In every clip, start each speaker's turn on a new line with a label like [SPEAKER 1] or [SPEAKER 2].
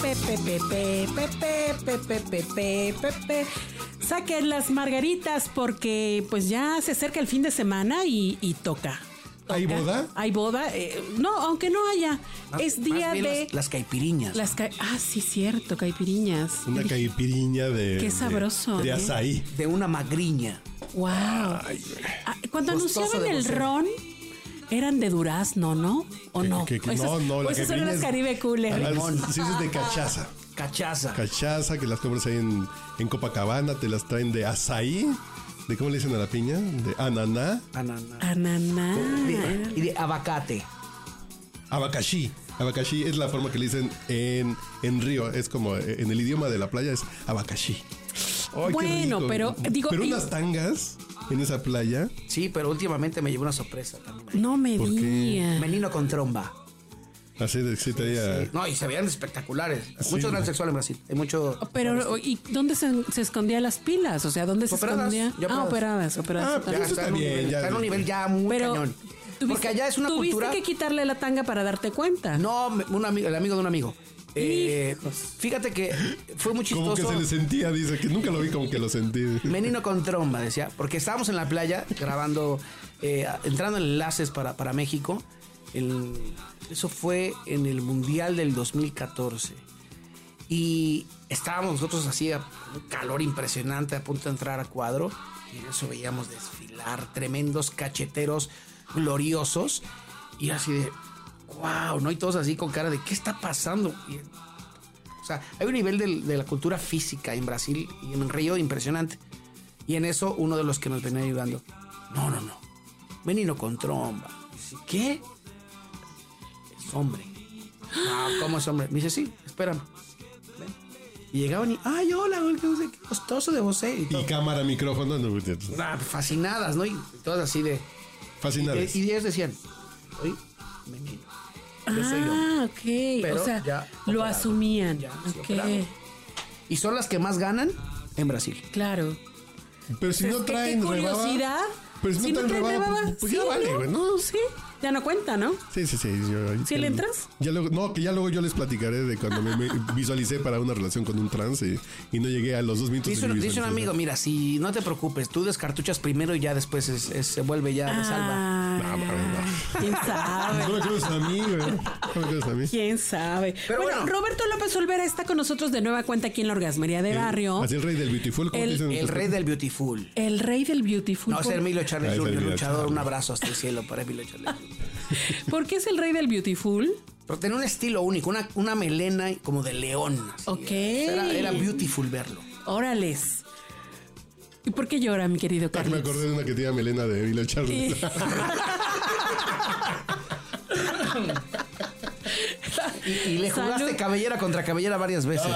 [SPEAKER 1] Pepe, pepe, pepe, pepe, pepe, pepe. Saquen las margaritas porque pues ya se acerca el fin de semana y, y toca. Toca.
[SPEAKER 2] ¿Hay boda?
[SPEAKER 1] Hay boda. eh, no, aunque no haya. es día
[SPEAKER 3] Más bien
[SPEAKER 1] de...
[SPEAKER 3] las, las caipiriñas.
[SPEAKER 1] Las ca- ah, sí, cierto, caipiriñas.
[SPEAKER 2] Una caipiriña de.
[SPEAKER 1] Qué
[SPEAKER 2] de-
[SPEAKER 1] sabroso,
[SPEAKER 2] De,
[SPEAKER 1] ¿eh?
[SPEAKER 2] azaí.
[SPEAKER 3] De una magriña.
[SPEAKER 1] Wow. Ah, Cuando
[SPEAKER 3] Costoso
[SPEAKER 1] anunciaban
[SPEAKER 3] de
[SPEAKER 1] el
[SPEAKER 3] gozar.
[SPEAKER 1] ron, eran de durazno, ¿no? ¿O
[SPEAKER 2] Que-
[SPEAKER 1] no?
[SPEAKER 2] que- que-
[SPEAKER 1] O esas-
[SPEAKER 2] no, no,
[SPEAKER 1] o
[SPEAKER 2] la
[SPEAKER 1] esas son
[SPEAKER 2] caipiriña
[SPEAKER 1] las
[SPEAKER 2] es-
[SPEAKER 1] Caribe
[SPEAKER 2] Ah,
[SPEAKER 1] Cooler.
[SPEAKER 2] las- sí, esas de cachaza.
[SPEAKER 3] Cachaza.
[SPEAKER 2] Cachaza que las compras ahí en, en Copacabana, te las traen de azaí. ¿De cómo le dicen a la piña? De ananá.
[SPEAKER 3] Ananá.
[SPEAKER 1] Ah. Ananá.
[SPEAKER 3] De- Ah, y de abacate.
[SPEAKER 2] Abacaxi. Abacaxi es la forma que le dicen en, en Río. Es como eh, en el idioma de la playa es abacaxi. Ay, qué
[SPEAKER 1] Bueno,
[SPEAKER 2] rico.
[SPEAKER 1] pero, digo,
[SPEAKER 2] Pero
[SPEAKER 1] y-
[SPEAKER 2] unas tangas en esa playa.
[SPEAKER 3] Sí, pero últimamente me llevó una sorpresa también.
[SPEAKER 1] No me
[SPEAKER 2] ¿Por qué?
[SPEAKER 1] digas.
[SPEAKER 3] Menino con tromba.
[SPEAKER 2] Así de sí, traía-
[SPEAKER 3] No, y se veían espectaculares.
[SPEAKER 2] Ah. Sí.
[SPEAKER 3] Mucho transexual en Brasil. Hay mucho.
[SPEAKER 1] Oh, Pero, ¿y dónde se, se escondían las pilas? O sea, ¿dónde se
[SPEAKER 3] Operadas,
[SPEAKER 1] escondían?
[SPEAKER 3] ya
[SPEAKER 1] Ah, operadas,
[SPEAKER 3] operadas.
[SPEAKER 1] operadas.
[SPEAKER 2] Ah,
[SPEAKER 1] operadas.
[SPEAKER 2] pero eso
[SPEAKER 3] está
[SPEAKER 2] está
[SPEAKER 3] en un
[SPEAKER 2] bien,
[SPEAKER 3] nivel-
[SPEAKER 2] ya-
[SPEAKER 3] está en un nivel ya muy cañón.
[SPEAKER 1] tuviste-
[SPEAKER 3] Porque allá es una
[SPEAKER 1] tuviste
[SPEAKER 3] cultura.
[SPEAKER 1] que quitarle la tanga para darte cuenta.
[SPEAKER 3] No, me- un amigo, el amigo de un amigo. Eh, fíjate que fue muy
[SPEAKER 2] Como que
[SPEAKER 3] chistoso.
[SPEAKER 2] se le sentía, dice, que nunca lo vi como que lo sentí.
[SPEAKER 3] Menino con tromba, decía. Porque estábamos en la playa grabando, eh, entrando en enlaces para, para México. El- eso fue en el Mundial del 2014. Y estábamos nosotros así, a un calor impresionante, a punto de entrar a cuadro. Y en eso veíamos desfilar tremendos cacheteros gloriosos. Y así de, wow, ¿no? Y todos así con cara de, ¿qué está pasando? Y o sea, hay un nivel del- de, la cultura física en Brasil y en Río impresionante. Y en eso uno de los que nos venía ayudando, no, no, no, menino con tromba. Dice, ¿Qué? Es hombre. No, ¿cómo es hombre? Me dice, sí, espérame. Ven. Y llegaban y, ay, hola, güey, qué no sé qué costoso de José. Y todo.
[SPEAKER 2] Y cámara, micrófono, no, pues,
[SPEAKER 3] Ah, fascinadas, ¿no? Y todas así de...
[SPEAKER 2] fascinantes.
[SPEAKER 3] Y, y ellas decían, oye, menino, yo soy hombre.
[SPEAKER 1] Ah, ok.
[SPEAKER 3] Pero
[SPEAKER 1] o sea,
[SPEAKER 3] ya
[SPEAKER 1] lo
[SPEAKER 3] operaron.
[SPEAKER 1] asumían.
[SPEAKER 3] Ya, sí,
[SPEAKER 1] ok,
[SPEAKER 3] operaron. Y son las que más ganan en Brasil.
[SPEAKER 1] claro.
[SPEAKER 2] Pero si
[SPEAKER 1] pues, Es
[SPEAKER 2] no
[SPEAKER 1] que
[SPEAKER 2] traen
[SPEAKER 1] qué
[SPEAKER 2] rebaba-
[SPEAKER 1] curiosidad.
[SPEAKER 2] Pero si, no traen rebaba, pues, pues ya
[SPEAKER 1] sí,
[SPEAKER 2] vale,
[SPEAKER 1] ¿no?
[SPEAKER 2] güey, ¿no?
[SPEAKER 1] Sí, ya no cuenta, ¿no?
[SPEAKER 2] Sí, sí, sí. yo-
[SPEAKER 1] ¿Sí le entras?
[SPEAKER 2] Ya luego, no, que ya luego yo les platicaré de cuando me, me visualicé para una relación con un trans y, y no llegué a los dos minutos.
[SPEAKER 3] Dice
[SPEAKER 2] de
[SPEAKER 3] un,
[SPEAKER 2] mi
[SPEAKER 3] dice un amigo,
[SPEAKER 2] visualización.
[SPEAKER 3] mira, si no te preocupes, tú descartuchas primero y ya después es- es- se vuelve ya de salva.
[SPEAKER 2] No,
[SPEAKER 1] Ah,
[SPEAKER 2] mames, no.
[SPEAKER 1] ¿Quién sabe?
[SPEAKER 2] No me crees a mí, güey. No me crees a mí.
[SPEAKER 1] ¿Quién sabe?
[SPEAKER 3] Pero
[SPEAKER 1] bueno,
[SPEAKER 3] bueno.
[SPEAKER 1] Roberto López Olvera está con nosotros de nueva cuenta aquí en la Orgasmería de Barrio.
[SPEAKER 2] Así el rey del beautiful, como
[SPEAKER 1] El-
[SPEAKER 2] dicen.
[SPEAKER 3] El rey del Beautiful.
[SPEAKER 1] El rey del beautiful.
[SPEAKER 3] No, es Emilio
[SPEAKER 2] Ah,
[SPEAKER 3] Charles
[SPEAKER 2] es
[SPEAKER 3] Jr.,
[SPEAKER 2] Emilio
[SPEAKER 3] luchador. Un
[SPEAKER 2] Charles.
[SPEAKER 3] abrazo hasta el cielo para Emilio Charles Jr.
[SPEAKER 1] ¿Por qué es el rey del beautiful?
[SPEAKER 3] Pero tenía un estilo único, una, una melena como de león. así.
[SPEAKER 1] Ok.
[SPEAKER 3] Era, era beautiful verlo.
[SPEAKER 1] Órales. ¿Y por qué llora, mi querido
[SPEAKER 2] Ah, me
[SPEAKER 1] Carlos?
[SPEAKER 2] acordé de una que tenía melena de Emilio Charles.
[SPEAKER 3] Y, y le
[SPEAKER 1] Salud.
[SPEAKER 3] jugaste cabellera contra cabellera varias veces.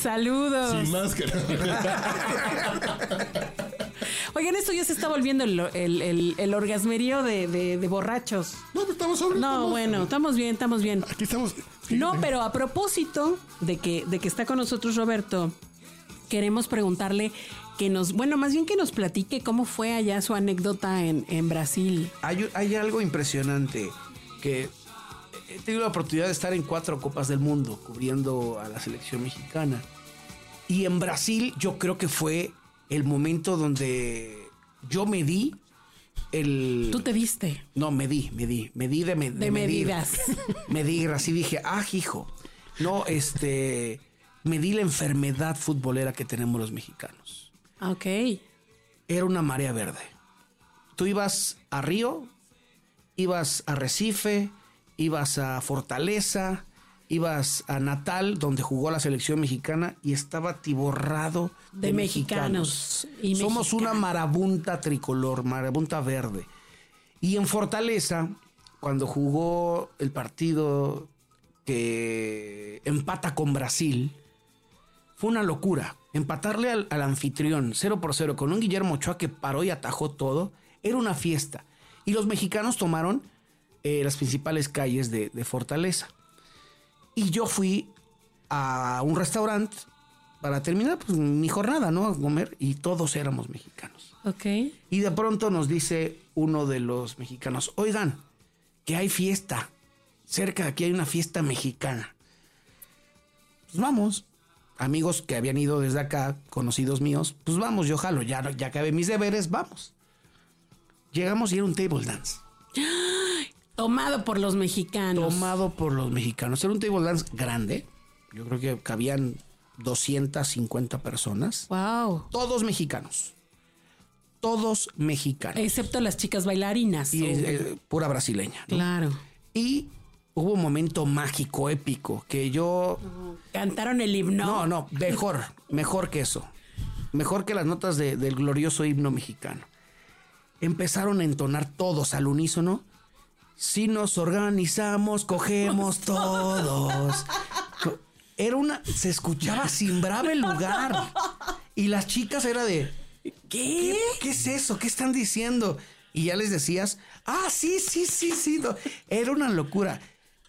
[SPEAKER 1] Saludos.
[SPEAKER 2] Sin máscara.
[SPEAKER 1] Oigan, esto ya se está volviendo el, el, el- el orgasmerío de, de- de borrachos.
[SPEAKER 2] no, pero estamos sobre.
[SPEAKER 1] No,
[SPEAKER 2] estamos-
[SPEAKER 1] bueno, estamos bien, estamos bien.
[SPEAKER 2] Aquí estamos.
[SPEAKER 1] No, pero a propósito de que, de que está con nosotros Roberto, queremos preguntarle que nos, bueno, más bien que nos platique cómo fue allá su anécdota en, en Brasil.
[SPEAKER 3] Hay, hay algo impresionante que he tenido la oportunidad de estar en cuatro Copas del Mundo cubriendo a la selección mexicana. Y en Brasil yo creo que fue el momento donde yo me di el...
[SPEAKER 1] Tú te diste
[SPEAKER 3] No, me di, me di, me di de, me-
[SPEAKER 1] de
[SPEAKER 3] medir.
[SPEAKER 1] medidas.
[SPEAKER 3] Me di, así dije, ah, hijo. No, este... Me di la enfermedad futbolera que tenemos los mexicanos
[SPEAKER 1] Ok.
[SPEAKER 3] era una marea verde. Tú ibas a Río, ibas a Recife, ibas a Fortaleza, ibas a Natal, donde jugó la selección mexicana y estaba tiborrado de,
[SPEAKER 1] De
[SPEAKER 3] mexicanos.
[SPEAKER 1] mexicanos y
[SPEAKER 3] Somos
[SPEAKER 1] mexicanas.
[SPEAKER 3] una marabunta tricolor, marabunta verde. Y en Fortaleza, cuando jugó el partido que empata con Brasil, fue una locura. Empatarle al, al anfitrión 0 por 0 con un Guillermo Ochoa que paró y atajó todo, era una fiesta. Y los mexicanos tomaron eh, las principales calles de, de Fortaleza. Y yo fui a un restaurante para terminar pues, mi jornada, ¿no? A comer y todos éramos mexicanos.
[SPEAKER 1] Ok.
[SPEAKER 3] Y de pronto nos dice uno de los mexicanos, oigan, que hay fiesta. Cerca de aquí hay una fiesta mexicana. Pues vamos. Amigos que habían ido desde acá, conocidos míos, pues vamos, yo jalo, ya, ya acabé mis deberes, vamos. Llegamos y era un table dance,
[SPEAKER 1] Tomado por los mexicanos.
[SPEAKER 3] tomado por los mexicanos. Era un table dance grande, yo creo que cabían 250 personas,
[SPEAKER 1] Wow.
[SPEAKER 3] todos mexicanos, todos mexicanos.
[SPEAKER 1] Excepto las chicas bailarinas.
[SPEAKER 3] Y
[SPEAKER 1] Oh,
[SPEAKER 3] eh, pura brasileña. ¿no?
[SPEAKER 1] Claro.
[SPEAKER 3] Y hubo un momento mágico, épico, que yo...
[SPEAKER 1] Cantaron el himno.
[SPEAKER 3] No, no, mejor, mejor que eso. Mejor que las notas de- del glorioso himno mexicano. Empezaron a entonar todos al unísono. Si nos organizamos, cogemos todos. Co- Era una... Se escuchaba simbraba el lugar. Y las chicas era de...
[SPEAKER 1] ¿Qué?
[SPEAKER 3] ¿Qué es eso? ¿Qué están diciendo? Y ya les decías, ah, sí, sí, sí, sí. no. Era una locura.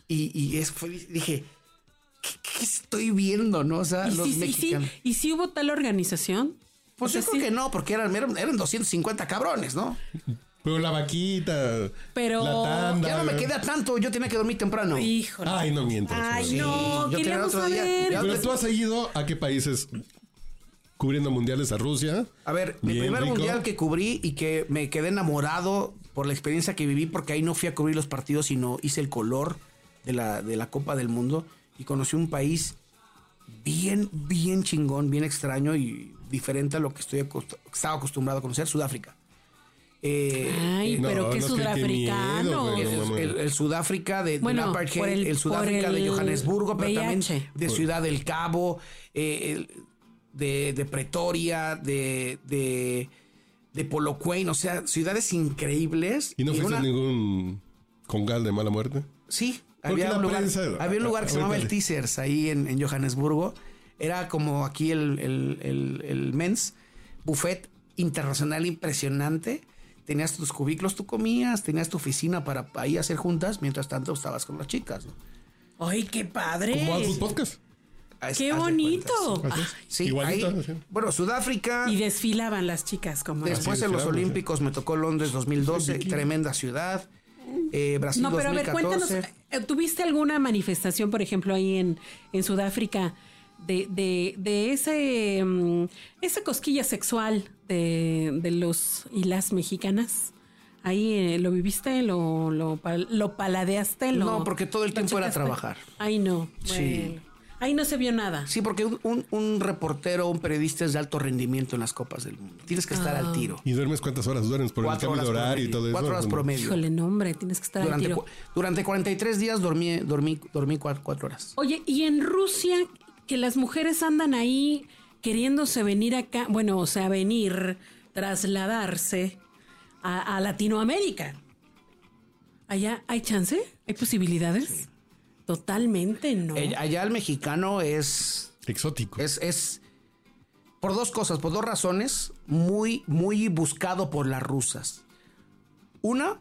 [SPEAKER 3] Y, y es- fue- dije, ¿qué, qué estoy viendo? ¿No? O sea,
[SPEAKER 1] ¿Y
[SPEAKER 3] Ah, los
[SPEAKER 1] si, y si-
[SPEAKER 3] mexicanos.
[SPEAKER 1] y si hubo tal organización?
[SPEAKER 3] Pues
[SPEAKER 1] O sea,
[SPEAKER 3] yo creo
[SPEAKER 1] sí.
[SPEAKER 3] que no, porque eran, eran, eran 250 cabrones, ¿no?
[SPEAKER 2] Pero la vaquita.
[SPEAKER 1] Pero-
[SPEAKER 2] La tanda.
[SPEAKER 3] Ya no me quedé a tanto, yo tenía que dormir temprano.
[SPEAKER 1] Híjole.
[SPEAKER 2] Ay, no mientas.
[SPEAKER 1] Ay,
[SPEAKER 2] güey.
[SPEAKER 1] no,
[SPEAKER 3] Sí, yo
[SPEAKER 1] queríamos
[SPEAKER 3] tenía otro día.
[SPEAKER 1] saber.
[SPEAKER 3] Ya-
[SPEAKER 2] Pero tú has seguido a qué países cubriendo mundiales a Rusia.
[SPEAKER 3] A ver, mi
[SPEAKER 2] Bien
[SPEAKER 3] primer
[SPEAKER 2] rico.
[SPEAKER 3] mundial que cubrí y que me quedé enamorado por la experiencia que viví, porque ahí no fui a cubrir los partidos, sino hice el color de la, de la Copa del Mundo y conocí un país bien, bien chingón, bien extraño y diferente a lo que estoy acost- estaba acostumbrado a conocer, Sudáfrica. Eh,
[SPEAKER 1] Ay,
[SPEAKER 2] No,
[SPEAKER 1] pero qué
[SPEAKER 2] no, qué- qué miedo,
[SPEAKER 1] sudafricano.
[SPEAKER 2] güey, no,
[SPEAKER 3] el,
[SPEAKER 2] mames.
[SPEAKER 3] el- el Sudáfrica de, del
[SPEAKER 1] Bueno,
[SPEAKER 3] apartheid,
[SPEAKER 1] por el-
[SPEAKER 3] el, Sudáfrica
[SPEAKER 1] por el
[SPEAKER 3] de Johannesburgo, pero
[SPEAKER 1] VIH.
[SPEAKER 3] también de Ciudad del Cabo, eh, el- de, de Pretoria, de, de, de Polokwane, o sea, ciudades increíbles.
[SPEAKER 2] Y no fuiste
[SPEAKER 3] una-
[SPEAKER 2] a ningún congal de mala muerte.
[SPEAKER 3] Sí,
[SPEAKER 2] Porque
[SPEAKER 3] había
[SPEAKER 2] la
[SPEAKER 3] un, lugar,
[SPEAKER 2] prensa-
[SPEAKER 3] había un lugar que se llamaba el
[SPEAKER 2] Ahorita le-
[SPEAKER 3] Teasers ahí en, en Johannesburgo. Era como aquí el, el, el- el men's buffet internacional impresionante. Tenías tus cubículos, tú comías, tenías tu oficina para ahí hacer juntas, mientras tanto estabas con las chicas. ¿no?
[SPEAKER 1] Ay, qué
[SPEAKER 2] Como
[SPEAKER 1] padre.
[SPEAKER 2] Output Podcast.
[SPEAKER 3] Haz- Ah, haz de
[SPEAKER 1] Qué
[SPEAKER 3] cuenta,
[SPEAKER 1] bonito.
[SPEAKER 2] Así
[SPEAKER 1] Ah,
[SPEAKER 2] es.
[SPEAKER 3] Sí, Sí,
[SPEAKER 2] Igualito,
[SPEAKER 3] ahí-
[SPEAKER 2] así.
[SPEAKER 3] bueno, Sudáfrica.
[SPEAKER 1] Y desfilaban las chicas como
[SPEAKER 3] Después
[SPEAKER 2] Así
[SPEAKER 3] en los
[SPEAKER 2] desfilaban, Ah, sí.
[SPEAKER 3] Olímpicos me tocó Londres 2012, tremenda ciudad. Eh, Brasil
[SPEAKER 1] No, pero
[SPEAKER 3] 2014.
[SPEAKER 1] a ver, cuéntanos, eh, ¿tuviste alguna manifestación, por ejemplo, ahí en, en Sudáfrica de, de, de ese mm, esa cosquilla sexual de, de los y las mexicanas? Ahí eh, lo viviste, lo, lo, pal- lo paladeaste, lo-
[SPEAKER 3] No, porque todo el
[SPEAKER 1] lo
[SPEAKER 3] tiempo era
[SPEAKER 1] checaste?
[SPEAKER 3] trabajar.
[SPEAKER 1] Ay, no.
[SPEAKER 3] Sí.
[SPEAKER 1] bueno. Ahí no se vio nada.
[SPEAKER 3] Sí, porque un, un- un reportero, un periodista es de alto rendimiento en las copas del mundo. Tienes que estar
[SPEAKER 1] Ah.
[SPEAKER 3] al tiro.
[SPEAKER 2] ¿Y duermes cuántas horas? ¿Duermes por el
[SPEAKER 3] Cuatro
[SPEAKER 2] cambio
[SPEAKER 3] horas
[SPEAKER 2] de horario y todo
[SPEAKER 3] promedio.
[SPEAKER 2] eso?
[SPEAKER 3] Cuatro horas
[SPEAKER 2] ¿O no?
[SPEAKER 3] promedio.
[SPEAKER 1] Híjole, no, hombre, tienes que estar al
[SPEAKER 3] Durante,
[SPEAKER 1] tiro.
[SPEAKER 3] cu- durante 43 días dormí, dormí, dormí cua- cuatro horas.
[SPEAKER 1] Oye, y en Rusia, que las mujeres andan ahí queriéndose venir acá, bueno, o sea, venir, trasladarse a, a Latinoamérica. Allá hay chance, hay posibilidades. Totalmente, ¿no?
[SPEAKER 3] Eh, Allá el mexicano es
[SPEAKER 2] Exótico.
[SPEAKER 3] Es, es por dos cosas, por dos razones, muy, muy buscado por las rusas. Una,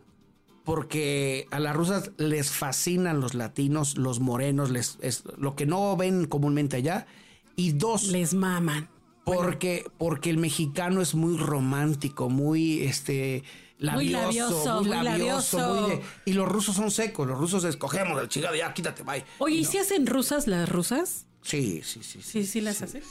[SPEAKER 3] porque a las rusas les fascinan los latinos, los morenos, les, es lo que no ven comúnmente allá. Y dos,
[SPEAKER 1] Les maman.
[SPEAKER 3] porque, porque el mexicano es muy romántico, muy este
[SPEAKER 1] Muy
[SPEAKER 3] labioso,
[SPEAKER 1] labioso,
[SPEAKER 3] muy
[SPEAKER 1] muy
[SPEAKER 3] labioso,
[SPEAKER 1] labioso.
[SPEAKER 3] muy de- y los rusos son secos, los rusos escogemos el chingado, ya quítate, bye.
[SPEAKER 1] Oye, ¿y si hacen rusas las rusas?
[SPEAKER 3] Sí, sí, sí, sí.
[SPEAKER 1] Sí, sí las hacen.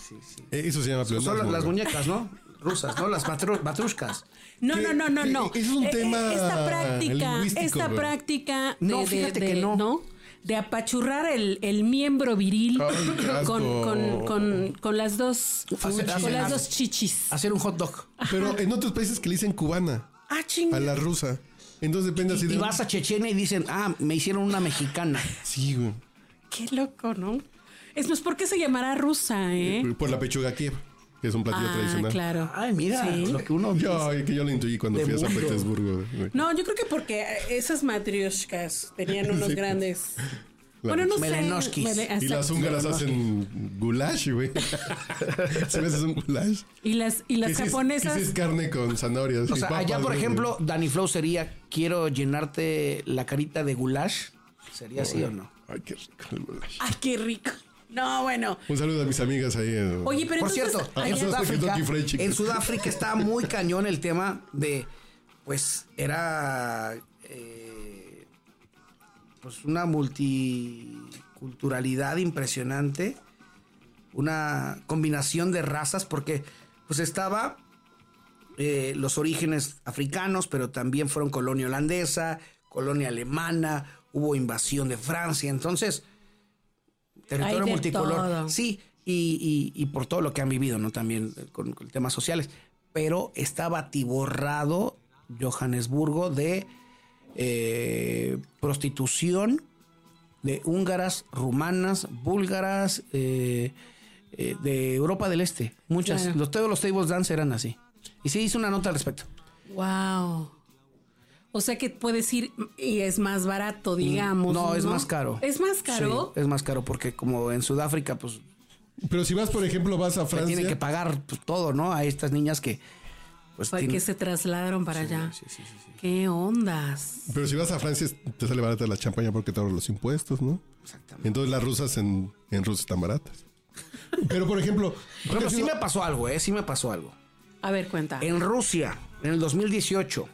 [SPEAKER 2] Eh, Eso se llama
[SPEAKER 3] Son las,
[SPEAKER 2] pleonasmo,
[SPEAKER 3] las
[SPEAKER 2] güey.
[SPEAKER 3] muñecas, ¿no? Rusas, ¿no? Las matru- matrushkas.
[SPEAKER 1] No,
[SPEAKER 2] ¿Qué-
[SPEAKER 1] no, no, no,
[SPEAKER 2] qué-
[SPEAKER 1] no.
[SPEAKER 2] es un
[SPEAKER 1] Eh,
[SPEAKER 2] tema
[SPEAKER 1] Esta práctica,
[SPEAKER 2] lingüístico,
[SPEAKER 1] esta
[SPEAKER 2] güey.
[SPEAKER 1] práctica.
[SPEAKER 3] No, fíjate que no.
[SPEAKER 1] De apachurrar el, el miembro viril
[SPEAKER 2] Ay, qué asco.
[SPEAKER 1] con, con- con- con las dos
[SPEAKER 3] Hacer-
[SPEAKER 1] con
[SPEAKER 3] hacer-
[SPEAKER 1] las
[SPEAKER 3] hacer-
[SPEAKER 1] dos chichis.
[SPEAKER 2] Ah,
[SPEAKER 3] Hacer un hot dog.
[SPEAKER 2] Pero en otros países que le dicen cubana,
[SPEAKER 1] Ah, ching.
[SPEAKER 2] a la rusa. Entonces depende así de.
[SPEAKER 3] Y vas a Chechenia y dicen, ah, me hicieron una mexicana.
[SPEAKER 2] Sí, güey.
[SPEAKER 1] Qué loco, ¿no? Es más, ¿por qué se llamará rusa, eh?
[SPEAKER 2] Por pues, la pechuga Kiev. que es un platillo
[SPEAKER 1] Ah,
[SPEAKER 2] tradicional.
[SPEAKER 1] claro.
[SPEAKER 3] Ay, mira,
[SPEAKER 1] Sí.
[SPEAKER 3] lo que uno...
[SPEAKER 2] Yo, que yo lo intuí cuando
[SPEAKER 3] De
[SPEAKER 2] fui a San
[SPEAKER 3] mundo.
[SPEAKER 2] Petersburgo. güey.
[SPEAKER 1] No, yo creo que porque esas matrioshkas tenían unos
[SPEAKER 2] Sí. pues,
[SPEAKER 1] grandes.
[SPEAKER 2] La-
[SPEAKER 1] Bueno, no sé.
[SPEAKER 3] Melenoskis.
[SPEAKER 1] mele-
[SPEAKER 2] y las húngaras
[SPEAKER 1] Melenoskis.
[SPEAKER 2] hacen goulash, güey. ¿Se me haces un goulash?
[SPEAKER 1] Y las, y
[SPEAKER 2] Que
[SPEAKER 1] las
[SPEAKER 2] sí es-
[SPEAKER 1] japonesas.
[SPEAKER 2] que sí es carne con zanahorias.
[SPEAKER 3] O
[SPEAKER 2] y
[SPEAKER 3] sea,
[SPEAKER 2] papas,
[SPEAKER 3] allá, por
[SPEAKER 2] güey.
[SPEAKER 3] ejemplo, Danny Flow sería, quiero llenarte la carita de goulash. ¿Sería así o no?
[SPEAKER 2] Ay, qué rico el goulash.
[SPEAKER 1] Ay, qué rico. No, bueno.
[SPEAKER 2] Un saludo a mis amigas ahí. en-
[SPEAKER 1] Oye, pero
[SPEAKER 3] Por
[SPEAKER 1] entonces,
[SPEAKER 3] cierto,
[SPEAKER 2] Ah,
[SPEAKER 3] en
[SPEAKER 1] allá-
[SPEAKER 2] eso es de
[SPEAKER 3] Sudáfrica,
[SPEAKER 2] Kentucky Fried Chicken.
[SPEAKER 3] en Sudáfrica está muy cañón el tema de, pues, era eh, pues una multiculturalidad impresionante, una combinación de razas, porque pues estaba eh, los orígenes africanos, pero también fueron colonia holandesa, colonia alemana, hubo invasión de Francia, entonces territorio
[SPEAKER 1] Hay de
[SPEAKER 3] multicolor.
[SPEAKER 1] todo.
[SPEAKER 3] Sí, y, y- y por todo lo que han vivido, ¿no? También eh, con, con temas sociales. Pero estaba atiborrado Johannesburgo de eh, prostitución de húngaras, rumanas, búlgaras, eh, eh, de Europa del Este. Muchas.
[SPEAKER 1] Claro.
[SPEAKER 3] Los, todos los tables dance eran así. Y sí, hice una nota al respecto.
[SPEAKER 1] Wow. O sea que puedes ir y es más barato, digamos.
[SPEAKER 3] Mm, no, es más caro.
[SPEAKER 1] Es más caro.
[SPEAKER 3] Sí, es más caro porque como en Sudáfrica, pues
[SPEAKER 2] Pero si vas, por ejemplo, vas a
[SPEAKER 3] se
[SPEAKER 2] Francia.
[SPEAKER 3] tiene que pagar pues, todo, ¿no? A estas niñas que... Pues,
[SPEAKER 1] Fue que
[SPEAKER 3] tienen-
[SPEAKER 1] se trasladaron para allá. ¿Qué ondas?
[SPEAKER 2] Pero si vas a Francia, te sale barata la champaña porque te ahorran los impuestos, ¿no?
[SPEAKER 3] Exactamente.
[SPEAKER 2] Entonces las rusas en, en Rusia están baratas. Pero, por ejemplo,
[SPEAKER 3] Por ejemplo,
[SPEAKER 2] ¿qué
[SPEAKER 3] pues sí
[SPEAKER 2] ha
[SPEAKER 3] me
[SPEAKER 2] sido?
[SPEAKER 3] pasó algo, ¿eh? Sí me pasó algo.
[SPEAKER 1] A ver, cuenta.
[SPEAKER 3] En Rusia, en el 2018,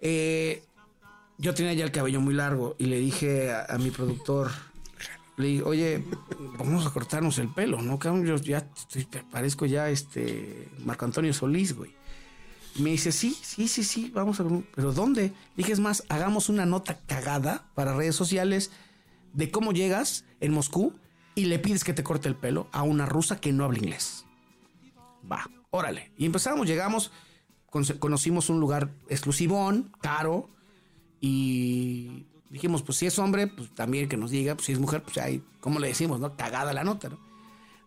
[SPEAKER 3] eh, yo tenía ya el cabello muy largo y le dije a, a mi productor, le dije, oye, vamos a cortarnos el pelo, ¿no? cabrón? Yo ya estoy- parezco ya este Marco Antonio Solís, güey. Me dice, sí, sí, sí, sí, vamos a... Pero ¿dónde? Le Dije, es más, hagamos una nota cagada para redes sociales de cómo llegas en Moscú y le pides que te corte el pelo a una rusa que no habla inglés va, órale. Y empezamos, llegamos, con- conocimos un lugar exclusivón, caro, y dijimos, pues si es hombre, pues también que nos diga, pues si es mujer, pues ahí, ¿cómo le decimos, no? Cagada la nota, ¿no?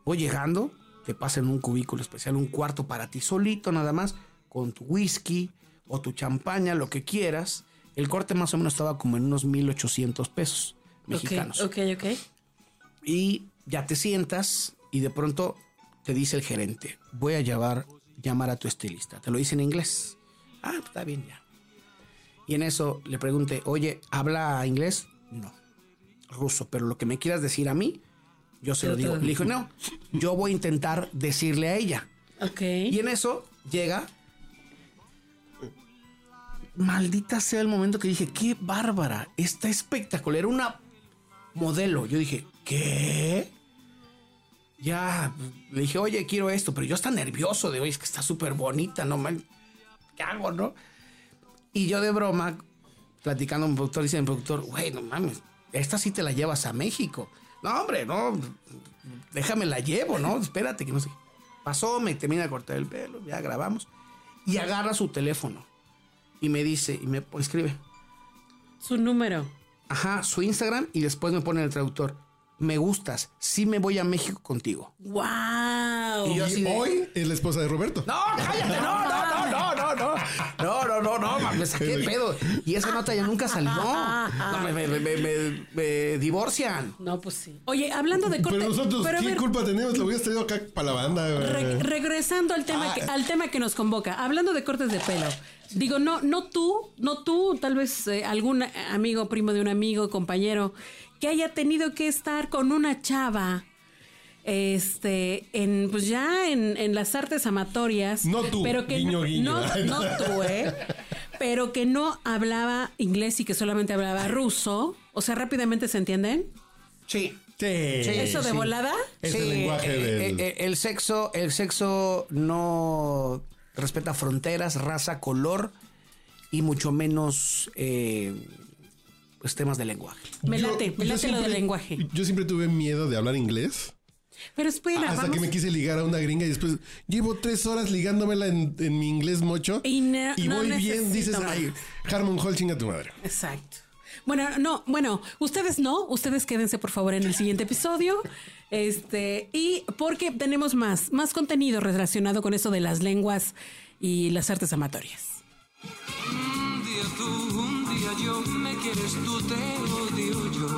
[SPEAKER 3] Voy llegando, te pasan un cubículo especial, un cuarto para ti solito nada más, con tu whisky o tu champaña, lo que quieras. El corte más o menos estaba como en unos 1.800 pesos mexicanos.
[SPEAKER 1] Ok, ok, ok.
[SPEAKER 3] Y ya te sientas y de pronto te dice el gerente, voy a llevar, llamar a tu estilista. Te lo dice en inglés. Ah, pues, está bien ya. Y en eso le pregunté, oye, ¿habla inglés? No. Ruso, pero lo que me quieras decir a mí, yo se
[SPEAKER 1] Yo
[SPEAKER 3] lo
[SPEAKER 1] te
[SPEAKER 3] digo.
[SPEAKER 1] lo
[SPEAKER 3] Le
[SPEAKER 1] digo.
[SPEAKER 3] dijo, no, yo voy a intentar decirle a ella.
[SPEAKER 1] Ok.
[SPEAKER 3] Y en eso llega. Maldita sea el momento que dije, qué bárbara, está espectacular, era una modelo. Yo dije, ¿qué? Ya, le dije, oye, quiero esto, pero yo está nervioso de hoy, es que está súper bonita, no man, ¿qué hago, no? Y yo de broma, platicando con mi productor, dice mi productor, güey, no mames, esta sí te la llevas a México. No, hombre, no, déjame la llevo, ¿no? Espérate que no sé. qué. Pasó, me termina de cortar el pelo, ya grabamos. Y agarra su teléfono y me dice, y me escribe,
[SPEAKER 1] Su número.
[SPEAKER 3] ajá, su Instagram y después me pone en el traductor, me gustas, sí me voy a México contigo.
[SPEAKER 1] ¡Wow!
[SPEAKER 3] Y yo así
[SPEAKER 2] Y
[SPEAKER 3] de-
[SPEAKER 2] hoy es la esposa de Roberto.
[SPEAKER 3] No, cállate, no, no, no, no, no, no. No, no, no, no, ma, me saqué el pedo. Y esa nota ya nunca salió. No, me, me- me- me- me divorcian.
[SPEAKER 1] No, pues sí. Oye, hablando de corte.
[SPEAKER 2] Pero nosotros,
[SPEAKER 1] pero a
[SPEAKER 2] ¿qué
[SPEAKER 1] ver,
[SPEAKER 2] culpa tenemos? Lo hubieras traído acá para la banda. güey.
[SPEAKER 1] re- regresando al tema,
[SPEAKER 2] Ah.
[SPEAKER 1] que, al tema que nos convoca, hablando de cortes de pelo. Digo, no, no tú, no tú, tal vez eh, algún amigo, primo de un amigo, compañero, que haya tenido que estar con una chava. Este, en, pues ya en, en las artes amatorias.
[SPEAKER 2] No tú,
[SPEAKER 1] pero que
[SPEAKER 2] guiño,
[SPEAKER 1] no-
[SPEAKER 2] guiño.
[SPEAKER 1] no- no tú, ¿eh? Pero que no hablaba inglés y que solamente hablaba ruso. O sea, rápidamente se entienden.
[SPEAKER 3] Sí.
[SPEAKER 2] Eh, Sí.
[SPEAKER 3] Sí.
[SPEAKER 1] ¿Eso de volada?
[SPEAKER 2] Es
[SPEAKER 3] Sí,
[SPEAKER 2] el lenguaje
[SPEAKER 3] eh,
[SPEAKER 2] del.
[SPEAKER 3] eh, eh, el sexo, el sexo no respeta fronteras, raza, color y mucho menos eh, pues, temas de lenguaje.
[SPEAKER 1] Me
[SPEAKER 2] Yo-
[SPEAKER 1] late,
[SPEAKER 2] yo
[SPEAKER 1] me late lo
[SPEAKER 2] siempre-
[SPEAKER 1] del lenguaje.
[SPEAKER 2] Yo siempre tuve miedo de hablar inglés.
[SPEAKER 1] Pero espera,
[SPEAKER 2] hasta
[SPEAKER 1] vamos.
[SPEAKER 2] que me quise ligar a una gringa y después llevo tres horas ligándomela en, en mi inglés mocho.
[SPEAKER 1] Y no- no
[SPEAKER 2] voy bien,
[SPEAKER 1] necesito
[SPEAKER 2] dices,
[SPEAKER 1] más.
[SPEAKER 2] ay, Harmon Hall, chinga tu madre.
[SPEAKER 1] Exacto. Bueno, no, bueno, ustedes no, ustedes quédense por favor en el siguiente episodio. Este, y porque tenemos más, más contenido relacionado con eso de las lenguas y las artes amatorias.
[SPEAKER 4] Un día tú, un día yo, me quieres tú, te odio yo.